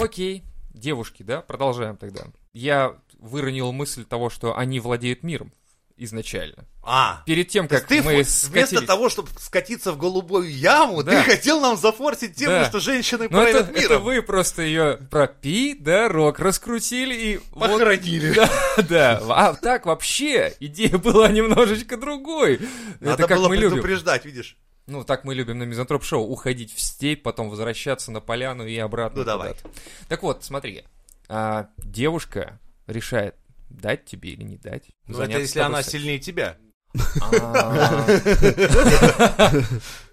Speaker 1: Окей, девушки, да, продолжаем тогда. Я выронил мысль того, что они владеют миром изначально.
Speaker 3: А,
Speaker 1: Перед тем,
Speaker 3: то есть
Speaker 1: как
Speaker 3: ты
Speaker 1: мы
Speaker 3: вместо
Speaker 1: скатились-
Speaker 3: того, чтобы скатиться в голубую яму,
Speaker 1: Да.
Speaker 3: ты хотел нам зафорсить тему,
Speaker 1: Да.
Speaker 3: что женщины
Speaker 1: Ну, это,
Speaker 3: правят
Speaker 1: это
Speaker 3: миром.
Speaker 1: вы просто ее про пи, да, рок раскрутили и... вот-
Speaker 3: Похоронили.
Speaker 1: Да, да. А так вообще идея была немножечко другой.
Speaker 3: Надо
Speaker 1: это как
Speaker 3: было
Speaker 1: мы любим.
Speaker 3: предупреждать, видишь.
Speaker 1: Ну, так мы любим на мизантроп шоу уходить в степь, потом возвращаться на поляну и обратно.
Speaker 3: Ну, давай.
Speaker 1: куда-то. Так вот, смотри, а, девушка решает, дать тебе или не дать.
Speaker 3: Ну, это
Speaker 1: заняться с
Speaker 3: если
Speaker 1: тобой
Speaker 3: она
Speaker 1: сексом.
Speaker 3: сильнее тебя.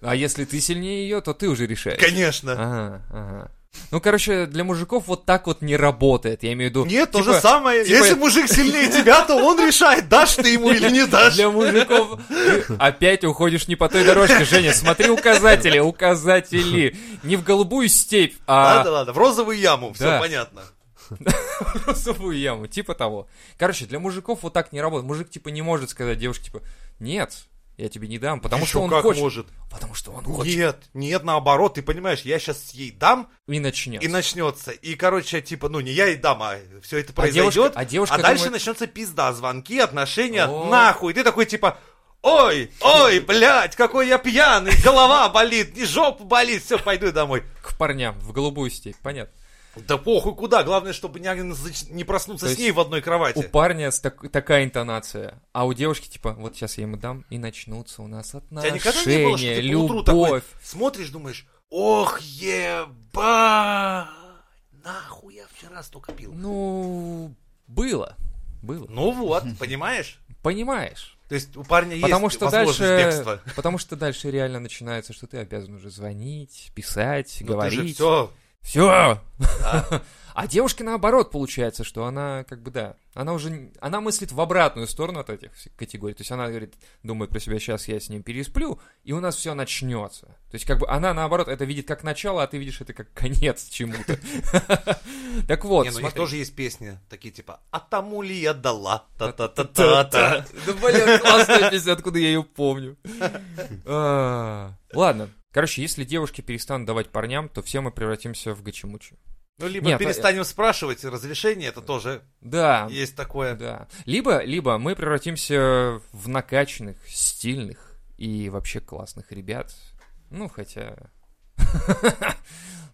Speaker 1: А А если ты а сильнее ее, то ты уже решаешь.
Speaker 3: Конечно.
Speaker 1: Ага, ага. Ну, короче, для мужиков вот так вот не работает. Я имею в виду...
Speaker 3: Нет, то
Speaker 1: типа,
Speaker 3: же самое.
Speaker 1: типа-
Speaker 3: Если мужик сильнее тебя, то он решает, дашь ты ему или не дашь.
Speaker 1: Для мужиков ты опять уходишь не по той дорожке, Женя. Смотри указатели, указатели. Не в голубую степь, а
Speaker 3: Ладно, ладно, в розовую яму, все
Speaker 1: Да.
Speaker 3: понятно.
Speaker 1: в розовую яму, типа того. Короче, для мужиков вот так не работает. Мужик типа не может сказать девушке типа нет, я тебе не дам, потому
Speaker 3: Ещё
Speaker 1: что он
Speaker 3: как
Speaker 1: хочет.
Speaker 3: может? Ну,
Speaker 1: Потому что он хочет.
Speaker 3: Нет, нет, наоборот, ты понимаешь, я сейчас ей дам,
Speaker 1: И начнет.
Speaker 3: и начнется. И, короче, типа, ну не я и дам, а все это
Speaker 1: А девушка-
Speaker 3: произойдет.
Speaker 1: а девушка
Speaker 3: дальше
Speaker 1: думает-
Speaker 3: начнется пизда, звонки, отношения,
Speaker 1: О.
Speaker 3: нахуй. Ты такой типа, ой, ой, блядь, какой я пьяный, голова болит, и жопа болит, все, пойду я домой.
Speaker 1: К парням, в голубую степь, понятно.
Speaker 3: Да похуй куда, главное, чтобы не, не проснуться
Speaker 1: То
Speaker 3: с
Speaker 1: есть
Speaker 3: ней в одной
Speaker 1: У
Speaker 3: кровати.
Speaker 1: парня с так- такая интонация, а у девушки типа, вот сейчас я ему дам, и начнутся у нас
Speaker 3: У
Speaker 1: отношения,
Speaker 3: тебя никогда не было, что ты поутру такой
Speaker 1: любовь.
Speaker 3: смотришь, думаешь, ох, еба, нахуй я вчера столько пил.
Speaker 1: Ну, было, было.
Speaker 3: Ну вот, понимаешь?
Speaker 1: Понимаешь.
Speaker 3: То есть у парня
Speaker 1: Потому
Speaker 3: есть
Speaker 1: что
Speaker 3: возможность
Speaker 1: дальше,
Speaker 3: бегства. Ну,
Speaker 1: потому что дальше реально начинается, что ты обязан уже звонить, писать,
Speaker 3: Ну, ты же
Speaker 1: говорить.
Speaker 3: всё.
Speaker 1: Все.
Speaker 3: Да.
Speaker 1: А девушке наоборот получается, что она как бы да, она уже н- она мыслит в обратную сторону от этих всех категорий. То есть она говорит, думает про себя, сейчас я с ним пересплю, и у нас все начнется. То есть как бы она наоборот это видит как начало, а ты видишь это как конец чему-то. Так вот,
Speaker 3: Не, ну у них
Speaker 1: смотри.
Speaker 3: тоже есть песни, такие типа «А тому ли я дала?»
Speaker 1: А,
Speaker 3: Та-та-та-та-та.
Speaker 1: Да, блин, классная песня, откуда я ее помню. А, Ладно. Короче, если девушки перестанут давать парням, то все мы превратимся в гачимучи.
Speaker 3: Ну, либо
Speaker 1: Нет,
Speaker 3: перестанем спрашивать разрешение, это тоже
Speaker 1: Да,
Speaker 3: есть такое.
Speaker 1: да. Либо, либо мы превратимся в накачанных, стильных и вообще классных ребят. Ну, хотя...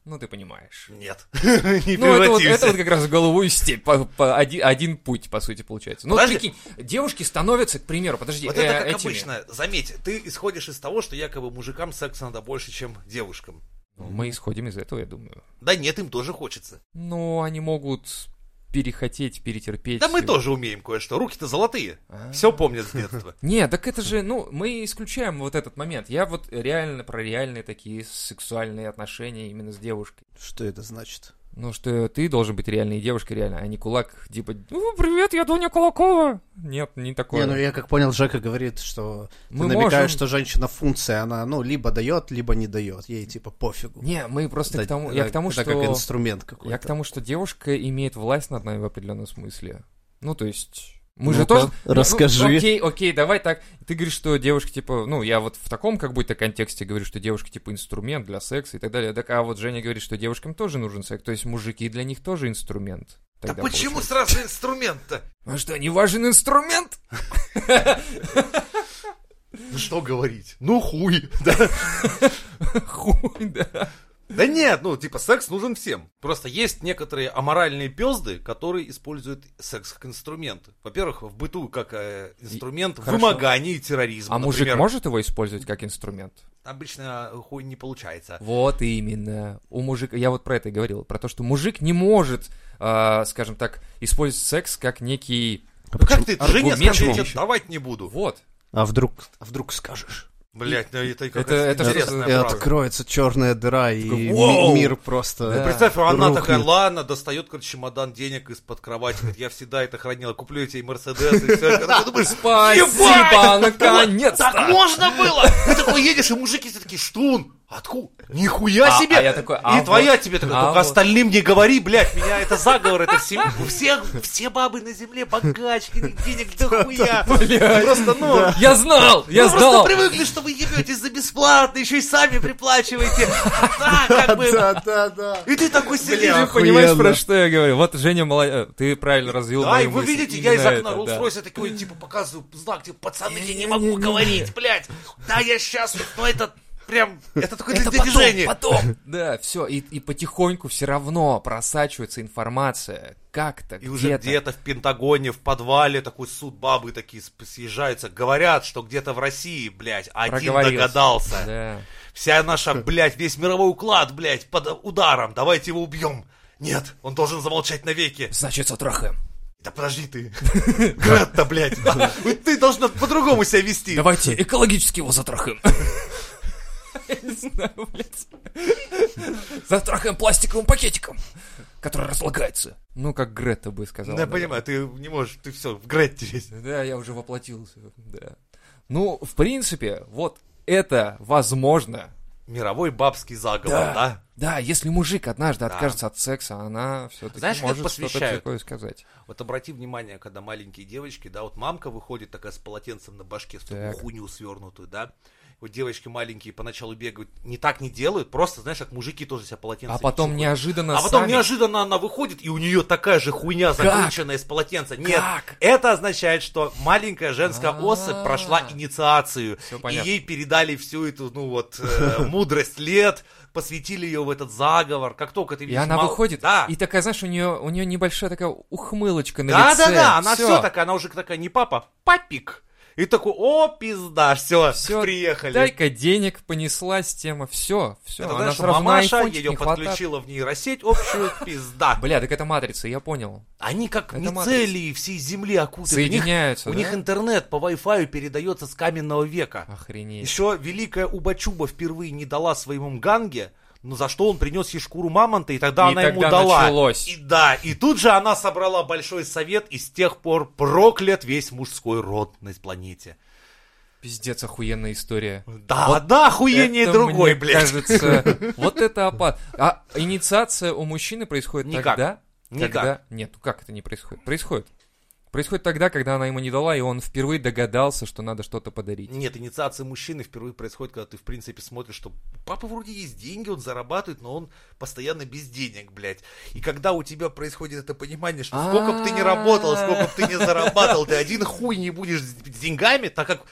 Speaker 1: Ну, ты понимаешь.
Speaker 3: Нет, не
Speaker 1: Ну, это вот, это вот
Speaker 3: превратимся.
Speaker 1: как раз в головую степь. По- по оди- один, путь, по сути, получается. Ну,
Speaker 3: Подожди.
Speaker 1: прикинь, девушки становятся, к примеру, подожди,
Speaker 3: Вот
Speaker 1: э,
Speaker 3: это как
Speaker 1: этими.
Speaker 3: обычно. Заметь, ты исходишь из того, что якобы мужикам секса надо больше, чем девушкам.
Speaker 1: Ну, Мы исходим из этого, я думаю.
Speaker 3: Да нет, им тоже хочется.
Speaker 1: Ну, они могут перехотеть, перетерпеть.
Speaker 3: Да мы тоже умеем кое-что. Руки-то золотые.
Speaker 1: А.
Speaker 3: Все помнят с детства.
Speaker 1: Не, так это же, ну, мы исключаем вот этот момент. Я вот реально про реальные такие сексуальные отношения именно с девушкой.
Speaker 2: Что это значит?
Speaker 1: Ну, что ты должен быть реальной девушкой реально, а не кулак, типа, ну, привет, я Доня Кулакова. Нет, не такое.
Speaker 2: Не, ну я как понял, Жека говорит, что
Speaker 1: Мы
Speaker 2: ты намекаешь,
Speaker 1: можем-
Speaker 2: что женщина функция, она, ну, либо дает, либо не дает. Ей типа пофигу.
Speaker 1: Не, мы просто
Speaker 2: Да,
Speaker 1: к тому, я
Speaker 2: да,
Speaker 1: к тому,
Speaker 2: это
Speaker 1: что...
Speaker 2: как инструмент
Speaker 1: Я к
Speaker 2: какой-то.
Speaker 1: тому, что девушка имеет власть над нами в определенном смысле. Ну, то есть... Мы же
Speaker 2: Ну-ка,
Speaker 1: тоже... Ну, ну,
Speaker 2: расскажи.
Speaker 1: окей, окей, давай так. Ты говоришь, что девушка, типа... Ну, я вот в таком как будто контексте говорю, что девушка, типа, инструмент для секса и так далее. Так, а вот Женя говорит, что девушкам тоже нужен секс. То есть мужики для них тоже инструмент.
Speaker 3: Да
Speaker 1: Тогда
Speaker 3: почему
Speaker 1: получается.
Speaker 3: сразу инструмент-то?
Speaker 1: А что, не важен инструмент?
Speaker 3: Ну что говорить? Ну хуй.
Speaker 1: Хуй, да.
Speaker 3: Да нет, ну, типа, секс нужен всем. Просто есть некоторые аморальные пезды, которые используют секс как инструмент. Во-первых, в быту как э, инструмент
Speaker 1: И- хорошо.
Speaker 3: вымогания и терроризма.
Speaker 1: А мужик
Speaker 3: например.
Speaker 1: может его использовать как инструмент?
Speaker 3: Обычно э, хуй не получается.
Speaker 1: Вот именно. У мужика, я вот про это и говорил, про то, что мужик не может, а, скажем так, использовать секс как некий...
Speaker 2: А,
Speaker 3: Ну как
Speaker 2: почему-
Speaker 3: ты,
Speaker 1: почему?
Speaker 3: жене
Speaker 1: Аргумент
Speaker 3: скажи, я
Speaker 1: еще.
Speaker 3: тебе давать не буду.
Speaker 1: Вот.
Speaker 2: а вдруг, а вдруг скажешь?
Speaker 3: Блять, ну это как
Speaker 1: Это- это что за-
Speaker 3: интересная
Speaker 2: И
Speaker 3: фраза.
Speaker 2: откроется черная дыра, и
Speaker 1: Такой,
Speaker 2: ми-
Speaker 3: «Воу!»
Speaker 2: мир просто.
Speaker 1: Да.
Speaker 3: Представь, она
Speaker 2: рухнет.
Speaker 3: такая, ладно, достает, короче, чемодан денег из-под кровати. Говорит, я всегда это хранила, куплю я тебе Мерседес и все. Ты думаешь,
Speaker 1: Спасибо, наконец-то!
Speaker 3: Так можно было! Ты такой едешь, и мужики все такие, что он? Откуда? Нихуя
Speaker 1: А,
Speaker 3: себе!
Speaker 1: а я такой, а
Speaker 3: и
Speaker 1: вот,
Speaker 3: твоя тебе такая,
Speaker 1: а
Speaker 3: только
Speaker 1: вот».
Speaker 3: остальным не говори, блядь, меня это заговор, это все, у всех, все бабы на земле богачки, денег дохуя.
Speaker 1: Блядь.
Speaker 3: Просто, ну,
Speaker 1: Я знал, я
Speaker 3: вы
Speaker 1: знал.
Speaker 3: Ну, просто привыкли, что вы ебетесь за бесплатно, еще и сами приплачиваете. Да, как бы.
Speaker 2: Да, да, да.
Speaker 3: И ты такой
Speaker 1: Ты
Speaker 3: сидишь.
Speaker 1: же
Speaker 2: Бля,
Speaker 1: понимаешь,
Speaker 2: охуенно.
Speaker 1: про что я говорю. Вот Женя молодец. Ты правильно развил
Speaker 3: Да,
Speaker 1: мои
Speaker 3: и вы
Speaker 1: мысли.
Speaker 3: видите, я из
Speaker 1: Именно
Speaker 3: окна
Speaker 1: это, да.
Speaker 3: Rolls-Royce такой, типа, показываю знак, типа, пацаны, я не
Speaker 1: Не-не-не.
Speaker 3: могу говорить, блядь. Да, я сейчас, но это прям, это такое для
Speaker 1: Это потом,
Speaker 3: движения.
Speaker 1: потом. Да, все. И, и потихоньку все равно просачивается информация. Как-то,
Speaker 3: И уже
Speaker 1: где-то.
Speaker 3: где-то в Пентагоне, в подвале такой суд бабы такие сп- съезжаются, говорят, что где-то в России, блядь, один
Speaker 1: Проговорился.
Speaker 3: догадался.
Speaker 1: Да.
Speaker 3: Вся наша, блядь, весь мировой уклад, блядь, под ударом, давайте его убьем. Нет, он должен замолчать навеки.
Speaker 1: Значит, сотрахаем.
Speaker 3: Да подожди ты. Гретта, блядь. Вот Ты должна по-другому себя вести.
Speaker 1: Давайте экологически его затрахаем. Я не знаю, блядь. Завтракаем пластиковым пакетиком, который разлагается. Ну, как Грета бы сказала.
Speaker 3: Ну, я понимаю, ты не можешь, ты все, в Гретте весь.
Speaker 1: Да, я уже воплотился, да. Ну, в принципе, вот это возможно.
Speaker 3: Мировой бабский заговор,
Speaker 1: Да.
Speaker 3: да?
Speaker 1: Да, если мужик однажды
Speaker 3: Да.
Speaker 1: откажется от секса, она все-таки
Speaker 3: Знаешь, как
Speaker 1: может что-то
Speaker 3: посвящают?
Speaker 1: такое сказать. А
Speaker 3: Вот обрати внимание, когда маленькие девочки, да, вот мамка выходит такая с полотенцем на башке, с такую
Speaker 1: Так.
Speaker 3: хуйню свернутую, да. Вот девочки маленькие поначалу бегают, не так не делают, просто, знаешь, как мужики тоже себя полотенцем
Speaker 1: А потом
Speaker 3: чухают.
Speaker 1: неожиданно
Speaker 3: А потом
Speaker 1: сами-
Speaker 3: неожиданно она выходит, и у нее такая же хуйня, закрученная из полотенца. Нет,
Speaker 1: Как?
Speaker 3: это означает, что маленькая женская
Speaker 1: А-а-а.
Speaker 3: особь прошла инициацию.
Speaker 1: Всё
Speaker 3: И
Speaker 1: понятно.
Speaker 3: ей передали всю эту, ну вот, э, мудрость лет, посвятили ее в этот заговор. Как только ты
Speaker 1: И
Speaker 3: видишь...
Speaker 1: она
Speaker 3: мал-
Speaker 1: выходит,
Speaker 3: Да.
Speaker 1: и такая, знаешь, у нее, у нее небольшая такая ухмылочка на
Speaker 3: Да,
Speaker 1: лице.
Speaker 3: да, да, она
Speaker 1: Всё.
Speaker 3: все. такая, она уже такая не папа, папик. И такой, о, пизда, все,
Speaker 1: Всё,
Speaker 3: приехали.
Speaker 1: Дай-ка денег, понеслась тема, все, все.
Speaker 3: это
Speaker 1: она
Speaker 3: знаешь,
Speaker 1: сразу на
Speaker 3: мамаша
Speaker 1: айфончик
Speaker 3: ее
Speaker 1: не хватает.
Speaker 3: подключила в нейросеть общую пизда.
Speaker 1: Бля, так это матрица, я понял.
Speaker 3: Они как
Speaker 1: Это
Speaker 3: мицелии всей земли окутаны. У них-
Speaker 1: Соединяются,
Speaker 3: У
Speaker 1: да?
Speaker 3: них интернет по Wi-Fi передается с каменного века.
Speaker 1: Охренеть.
Speaker 3: Еще великая Убачуба впервые не дала своему Мганге, но за что он принес ей шкуру мамонта, и тогда
Speaker 1: И
Speaker 3: она ему
Speaker 1: тогда
Speaker 3: дала.
Speaker 1: началось.
Speaker 3: И да, и тут же она собрала большой совет, и с тех пор проклят весь мужской род на планете.
Speaker 1: Пиздец, охуенная история.
Speaker 3: Да, одна охуение
Speaker 1: Это,
Speaker 3: другой,
Speaker 1: мне
Speaker 3: блядь.
Speaker 1: кажется, вот это опасно. А инициация у мужчины происходит
Speaker 3: Никак.
Speaker 1: тогда,
Speaker 3: Никак.
Speaker 1: когда... Нет, ну как это не происходит? Происходит. Происходит тогда, когда она ему не дала, и он впервые догадался, что надо что-то подарить.
Speaker 3: Нет, инициация мужчины впервые происходит, когда ты, в принципе, смотришь, что у папы вроде есть деньги, он зарабатывает, но он постоянно без денег, блядь. И когда у тебя происходит это понимание, что сколько бы ты ни работал, сколько бы ты ни зарабатывал, ты один хуй не будешь с с деньгами, так как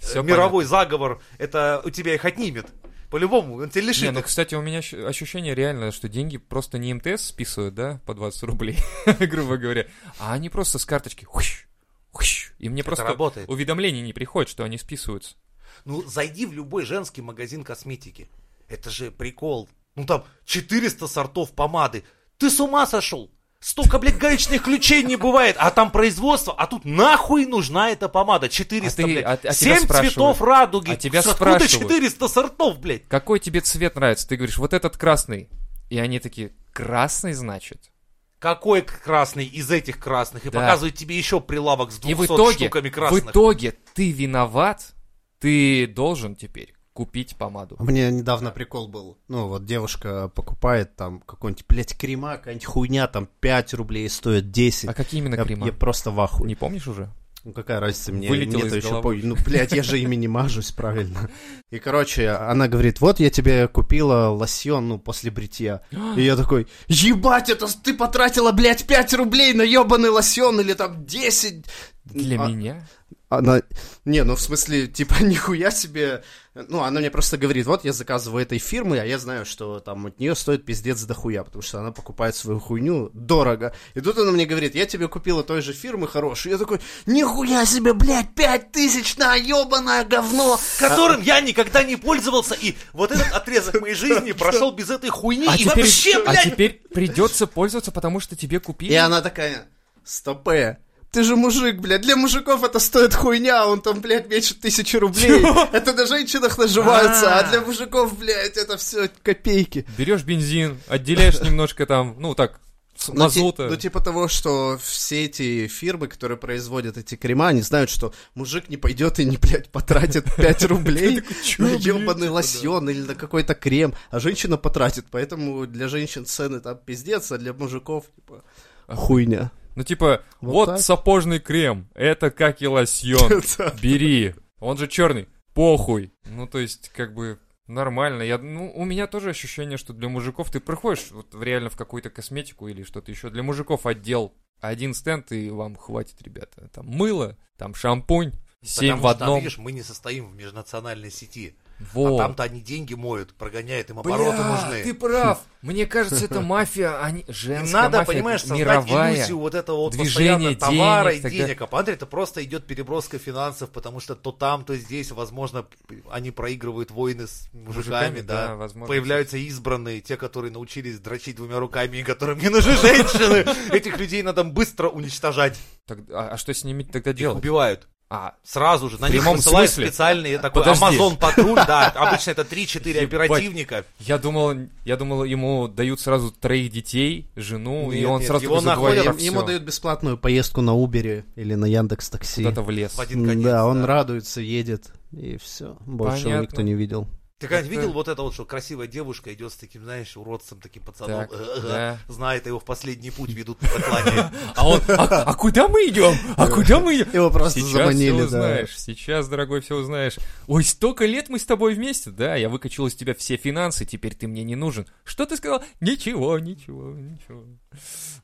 Speaker 3: э,
Speaker 1: Всё
Speaker 3: мировой заговор, это у тебя их отнимет. По-любому, он тебя
Speaker 1: Не,
Speaker 3: лишит
Speaker 1: ну,
Speaker 3: их.
Speaker 1: кстати, у меня щ- ощущение реально, что деньги просто не МТС списывают, да, по 20 рублей, грубо говоря, а они просто с карточки. хущ, хущ. И мне просто
Speaker 3: работает.
Speaker 1: уведомления не приходят, что они списываются.
Speaker 3: Ну, зайди в любой женский магазин косметики. Это же прикол. Ну, там 400 сортов помады. Ты с ума сошел? Столько, блядь, гаечных ключей не бывает, а там производство, а тут нахуй нужна эта помада, 400,
Speaker 1: А ты-
Speaker 3: блядь.
Speaker 1: а- а тебя
Speaker 3: 7
Speaker 1: спрашивают.
Speaker 3: цветов радуги,
Speaker 1: А тебя
Speaker 3: откуда
Speaker 1: спрашивают.
Speaker 3: 400 сортов, блядь?
Speaker 1: Какой тебе цвет нравится? Ты говоришь, вот этот красный. И они такие, красный, значит?
Speaker 3: Какой красный из этих красных? И
Speaker 1: Да.
Speaker 3: показывают тебе еще прилавок с 200
Speaker 1: И в итоге,
Speaker 3: штуками
Speaker 1: в
Speaker 3: красных.
Speaker 1: итоге ты виноват, ты должен теперь купить помаду.
Speaker 2: У меня недавно прикол был. Ну, вот девушка покупает там какой-нибудь, блядь, крема, какая-нибудь хуйня, там 5 рублей стоит, 10.
Speaker 1: А какие именно
Speaker 2: я,
Speaker 1: крема?
Speaker 2: я просто в ахуе.
Speaker 1: Не помнишь уже?
Speaker 2: Ну какая разница мне?
Speaker 1: Вылетело
Speaker 2: мне-то
Speaker 1: из
Speaker 2: еще
Speaker 1: головы.
Speaker 2: пой- Ну, блядь, я же ими не мажусь, правильно. И, короче, она говорит, вот я тебе купила лосьон, ну, после бритья. И я такой, ебать, это с- ты потратила, блядь, 5 рублей на ебаный лосьон или там 10.
Speaker 1: Для
Speaker 2: А-
Speaker 1: меня?
Speaker 2: Она, не, ну, в смысле, типа, нихуя себе. Ну, она мне просто говорит, вот я заказываю этой фирмы, а я знаю, что там от нее стоит пиздец дохуя, потому что она покупает свою хуйню дорого. И тут она мне говорит, я тебе купила той же фирмы хорошую. Я такой, нихуя себе, блядь, пять тысяч на ебаное говно.
Speaker 3: которым я никогда не пользовался, и вот этот отрезок моей жизни прошел без этой хуйни,
Speaker 1: А
Speaker 3: и
Speaker 1: теперь,
Speaker 3: вообще,
Speaker 1: а
Speaker 3: блядь,
Speaker 1: теперь придется пользоваться, потому что тебе купили.
Speaker 2: И она такая, стопэ, ты же мужик, блядь, для мужиков это стоит хуйня, а он там, блядь, мечет тысячу рублей. Это на женщинах наживаются, а для мужиков, блядь, это все копейки.
Speaker 1: Берешь бензин, отделяешь немножко там, ну так, с
Speaker 2: Ну, ти-
Speaker 1: мазута.
Speaker 2: Ну, типа того, что все эти фирмы, которые производят эти крема, они знают, что мужик не пойдет и не, блядь, потратит 5 рублей на ебаный лосьон или на какой-то крем, а женщина потратит. Поэтому для женщин цены там пиздец, а для мужиков, типа, хуйня.
Speaker 1: Ну, типа,
Speaker 2: Вот
Speaker 1: вот,
Speaker 2: так.
Speaker 1: сапожный крем, это как и лосьон,
Speaker 2: Да.
Speaker 1: бери. Он же черный, похуй. Ну, то есть, как бы, нормально. Я, ну, у меня тоже ощущение, что для мужиков ты приходишь вот, в- реально в какую-то косметику или что-то еще. Для мужиков отдел один стенд, и вам хватит, ребята. Там мыло, там шампунь, семь
Speaker 3: Потому
Speaker 1: в
Speaker 3: что,
Speaker 1: одном.
Speaker 3: видишь, мы не состоим в межнациональной сети.
Speaker 1: Во.
Speaker 3: А там-то они деньги моют, прогоняют, им обороты
Speaker 1: Бля,
Speaker 3: нужны.
Speaker 1: ты прав. Мне кажется, это мафия, а не
Speaker 3: Им
Speaker 1: женская
Speaker 3: надо,
Speaker 1: мафия,
Speaker 3: понимаешь, создать
Speaker 1: мировая.
Speaker 3: иллюзию вот этого вот
Speaker 1: движение
Speaker 3: постоянно товара
Speaker 1: денег,
Speaker 3: и
Speaker 1: тогда-
Speaker 3: денег. А по это просто идет переброска финансов, потому что то там, то здесь, возможно, они проигрывают войны с мужиками,
Speaker 1: Мужиками,
Speaker 3: да.
Speaker 1: да, возможно.
Speaker 3: Появляются избранные, те, которые научились дрочить двумя руками и которым не нужны женщины. Этих людей надо быстро уничтожать.
Speaker 1: Так- а, а что с ними тогда
Speaker 3: Их
Speaker 1: делать?
Speaker 3: убивают.
Speaker 1: А,
Speaker 3: Сразу же на
Speaker 1: В
Speaker 3: них
Speaker 1: прямом
Speaker 3: посылают
Speaker 1: смысле?
Speaker 3: специальный такой
Speaker 1: Подожди.
Speaker 3: Амазон патруль, да, обычно это 3-4
Speaker 1: Ебать.
Speaker 3: оперативника.
Speaker 1: я думал, я думал, ему дают сразу троих детей, жену, и
Speaker 3: Нет,
Speaker 1: он
Speaker 3: нет,
Speaker 1: сразу
Speaker 3: его
Speaker 1: такой забывает
Speaker 3: находят,
Speaker 1: про
Speaker 2: Ему
Speaker 1: всё.
Speaker 2: дают бесплатную поездку на Убере или на Яндекс Такси.
Speaker 1: куда-то в лес.
Speaker 3: В один конец.
Speaker 2: Да, он радуется, едет, и все. Больше его
Speaker 1: Понятно.
Speaker 2: никто не видел.
Speaker 3: Ты когда-нибудь
Speaker 1: Это-
Speaker 3: видел вот это вот, что красивая девушка идет с таким, знаешь, уродцем, таким пацаном,
Speaker 1: Так,
Speaker 3: э-э-э,
Speaker 1: да.
Speaker 3: знает, а его в последний путь ведут на заклание.
Speaker 1: А он, а, а куда мы идем? А куда мы идем?
Speaker 2: Его просто
Speaker 1: Сейчас
Speaker 2: заманили,
Speaker 1: все
Speaker 2: да.
Speaker 1: узнаешь, сейчас, дорогой, все узнаешь. Ой, столько лет мы с тобой вместе, да, я выкачал из тебя все финансы, теперь ты мне не нужен. Что ты сказал? Ничего, ничего, ничего.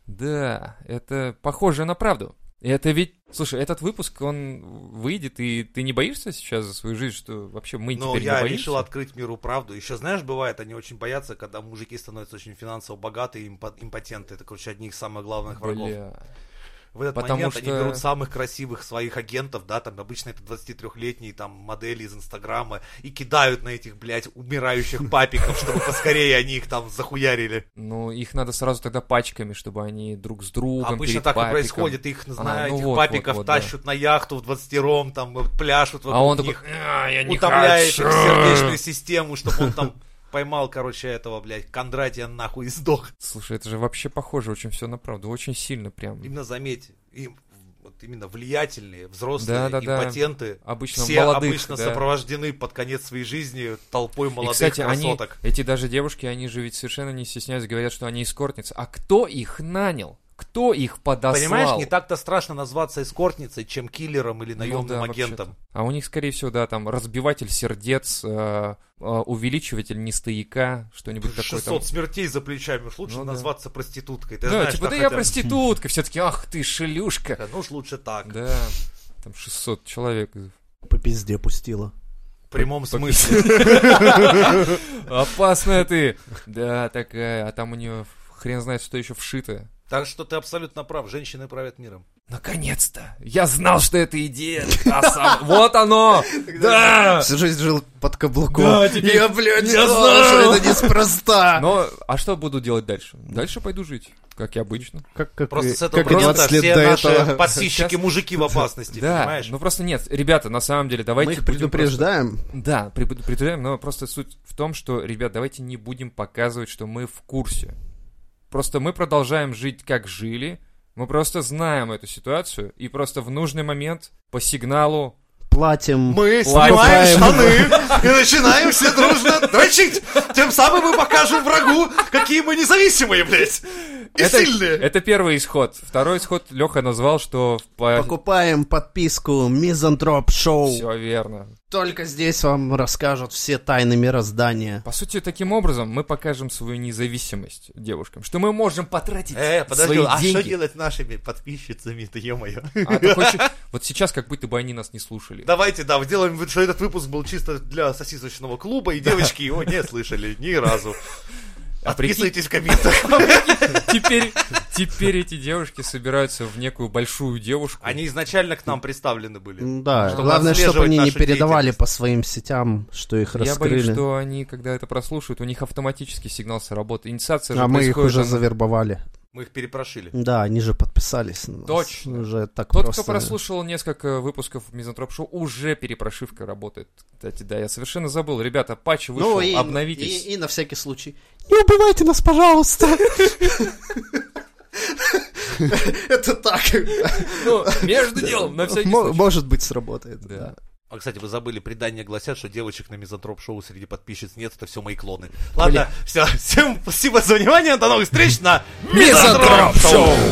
Speaker 1: Да, это похоже на правду. Это ведь... Слушай, этот выпуск, он выйдет, и ты не боишься сейчас за свою жизнь, что вообще мы
Speaker 3: Но
Speaker 1: теперь
Speaker 3: Ну, я
Speaker 1: не боимся?
Speaker 3: решил открыть миру правду. Еще, знаешь, бывает, они очень боятся, когда мужики становятся очень финансово богаты и импо- импотенты. Это, короче, одни из самых главных врагов.
Speaker 1: Бля.
Speaker 3: В этот
Speaker 1: Потому
Speaker 3: момент они
Speaker 1: что-
Speaker 3: берут самых красивых своих агентов, да, там обычно это 23-летние там модели из Инстаграма, и кидают на этих, блядь, умирающих папиков, чтобы поскорее они их там захуярили.
Speaker 1: Ну, их надо сразу тогда пачками, чтобы они друг с другом
Speaker 3: Обычно
Speaker 1: перед
Speaker 3: так и
Speaker 1: папиком.
Speaker 3: происходит, их, знаю,
Speaker 1: ну
Speaker 3: этих
Speaker 1: вот,
Speaker 3: папиков
Speaker 1: вот, вот, да.
Speaker 3: тащут на яхту в 20 там э, пляшут вокруг
Speaker 1: А он такой,
Speaker 3: них,
Speaker 1: «А, я не
Speaker 3: утомляет их
Speaker 1: хочу».
Speaker 3: сердечную систему, чтобы он там поймал, короче, этого, блядь, Кондратия нахуй и сдох.
Speaker 1: Слушай, это же вообще похоже очень все на правду, очень сильно прям.
Speaker 3: Именно заметь, им вот именно влиятельные, взрослые,
Speaker 1: Да-да-да.
Speaker 3: импотенты,
Speaker 1: Обычно
Speaker 3: все
Speaker 1: молодых,
Speaker 3: обычно
Speaker 1: да.
Speaker 3: сопровождены под конец своей жизни толпой
Speaker 1: И,
Speaker 3: молодых
Speaker 1: кстати, они,
Speaker 3: красоток.
Speaker 1: эти даже девушки, они же ведь совершенно не стесняются, говорят, что они эскортницы. А кто их нанял? Кто их подослал?
Speaker 3: Понимаешь, не так-то страшно назваться эскортницей, чем киллером или
Speaker 1: Ну
Speaker 3: наемным
Speaker 1: да, вообще-то.
Speaker 3: агентом.
Speaker 1: А у них, скорее всего, да, там разбиватель сердец, э, э, увеличиватель нестояка, что-нибудь такое
Speaker 3: 600
Speaker 1: там.
Speaker 3: смертей за плечами. Уж лучше
Speaker 1: Ну да.
Speaker 3: назваться проституткой. Ты
Speaker 1: Да,
Speaker 3: знаешь,
Speaker 1: типа,
Speaker 3: там
Speaker 1: да я
Speaker 3: хотя бы-
Speaker 1: проститутка, все-таки, ах ты, шелюшка.
Speaker 3: Ну уж лучше так.
Speaker 1: Да, там 600 человек.
Speaker 2: По пизде пустила.
Speaker 3: В прямом
Speaker 1: По-
Speaker 3: смысле.
Speaker 1: Опасная ты. Да, такая, а там у нее хрен знает, что еще вшито.
Speaker 3: Так что ты абсолютно прав. Женщины правят миром.
Speaker 1: Наконец-то! Я знал, что эта идея та самая. Вот оно! Да!
Speaker 2: Всю жизнь жил под каблуком.
Speaker 1: Да, теперь-
Speaker 2: Я, блядь,
Speaker 1: Я
Speaker 2: знал,
Speaker 1: знаю.
Speaker 2: что это неспроста.
Speaker 1: Но, а что буду делать дальше? Дальше пойду жить, как и обычно.
Speaker 2: Как, как,
Speaker 3: Просто
Speaker 2: и-
Speaker 3: с этого
Speaker 2: как и
Speaker 3: момента
Speaker 2: 20 лет
Speaker 3: все
Speaker 2: до
Speaker 3: наши
Speaker 2: этого.
Speaker 3: подсисчики-мужики в опасности,
Speaker 1: Да,
Speaker 3: понимаешь?
Speaker 1: ну просто нет, ребята, на самом деле, давайте...
Speaker 2: Типа Мы их
Speaker 1: будем
Speaker 2: предупреждаем.
Speaker 1: просто- Да, пред- предупреждаем, но просто суть в том, что, ребят, давайте не будем показывать, что мы в курсе. Просто мы продолжаем жить, как жили, мы просто знаем эту ситуацию, и просто в нужный момент по сигналу
Speaker 2: Платим.
Speaker 3: Мы снимаем
Speaker 2: покупаем.
Speaker 3: штаны и начинаем все дружно дрочить. Тем самым мы покажем врагу, какие мы независимые, блядь. И сильные.
Speaker 1: это первый исход. Второй исход Леха назвал, что по...
Speaker 2: Покупаем подписку Мизантроп Шоу.
Speaker 1: Все верно.
Speaker 2: Только здесь вам расскажут все тайны мироздания.
Speaker 1: По сути, таким образом мы покажем свою независимость девушкам, что мы можем потратить
Speaker 3: Э, подожди,
Speaker 1: свои
Speaker 3: а что
Speaker 1: деньги.
Speaker 3: делать с нашими подписчицами-то, ё-моё?
Speaker 1: А ты хочешь- Вот сейчас как будто бы они нас не слушали.
Speaker 3: Давайте, да, сделаем вид, что этот выпуск был чисто для сосисочного клуба, и девочки его не слышали ни разу.
Speaker 1: А прикинь,
Speaker 3: Отписывайтесь в комментах.
Speaker 1: теперь, теперь эти девушки собираются в некую большую девушку.
Speaker 3: Они изначально к нам представлены были.
Speaker 2: М, Да,
Speaker 3: Чтобы
Speaker 2: главное, чтобы
Speaker 3: отслеживать
Speaker 2: они не
Speaker 3: нашу
Speaker 2: передавали
Speaker 3: деятельность.
Speaker 2: по своим сетям, что их
Speaker 1: Я боюсь,
Speaker 2: раскрыли.
Speaker 1: что они, когда это прослушают, у них автоматически сигнал сработает. Инициация же
Speaker 2: А мы их
Speaker 1: происходит,
Speaker 2: уже
Speaker 1: она-
Speaker 2: завербовали.
Speaker 3: Мы их перепрошили.
Speaker 2: Да, они же подписались на нас.
Speaker 1: Точно.
Speaker 2: Уже так
Speaker 1: Тот,
Speaker 2: просто.
Speaker 1: кто прослушал несколько выпусков Мизантроп Шоу, уже перепрошивка работает. Кстати, да, я совершенно забыл. Ребята, патч вышел, обновитесь.
Speaker 2: Ну, И, и на всякий случай. Не убивайте нас, пожалуйста. Это так.
Speaker 1: Ну, между делом, на всякий
Speaker 2: Мо-
Speaker 1: случай.
Speaker 2: Может быть, сработает.
Speaker 1: Да.
Speaker 2: да.
Speaker 3: А, кстати, вы забыли, предания гласят, что девочек на мизантроп-шоу среди подписчиц нет, это все мои клоны. Ладно, все, всем спасибо за внимание, до новых встреч на мизантроп-шоу!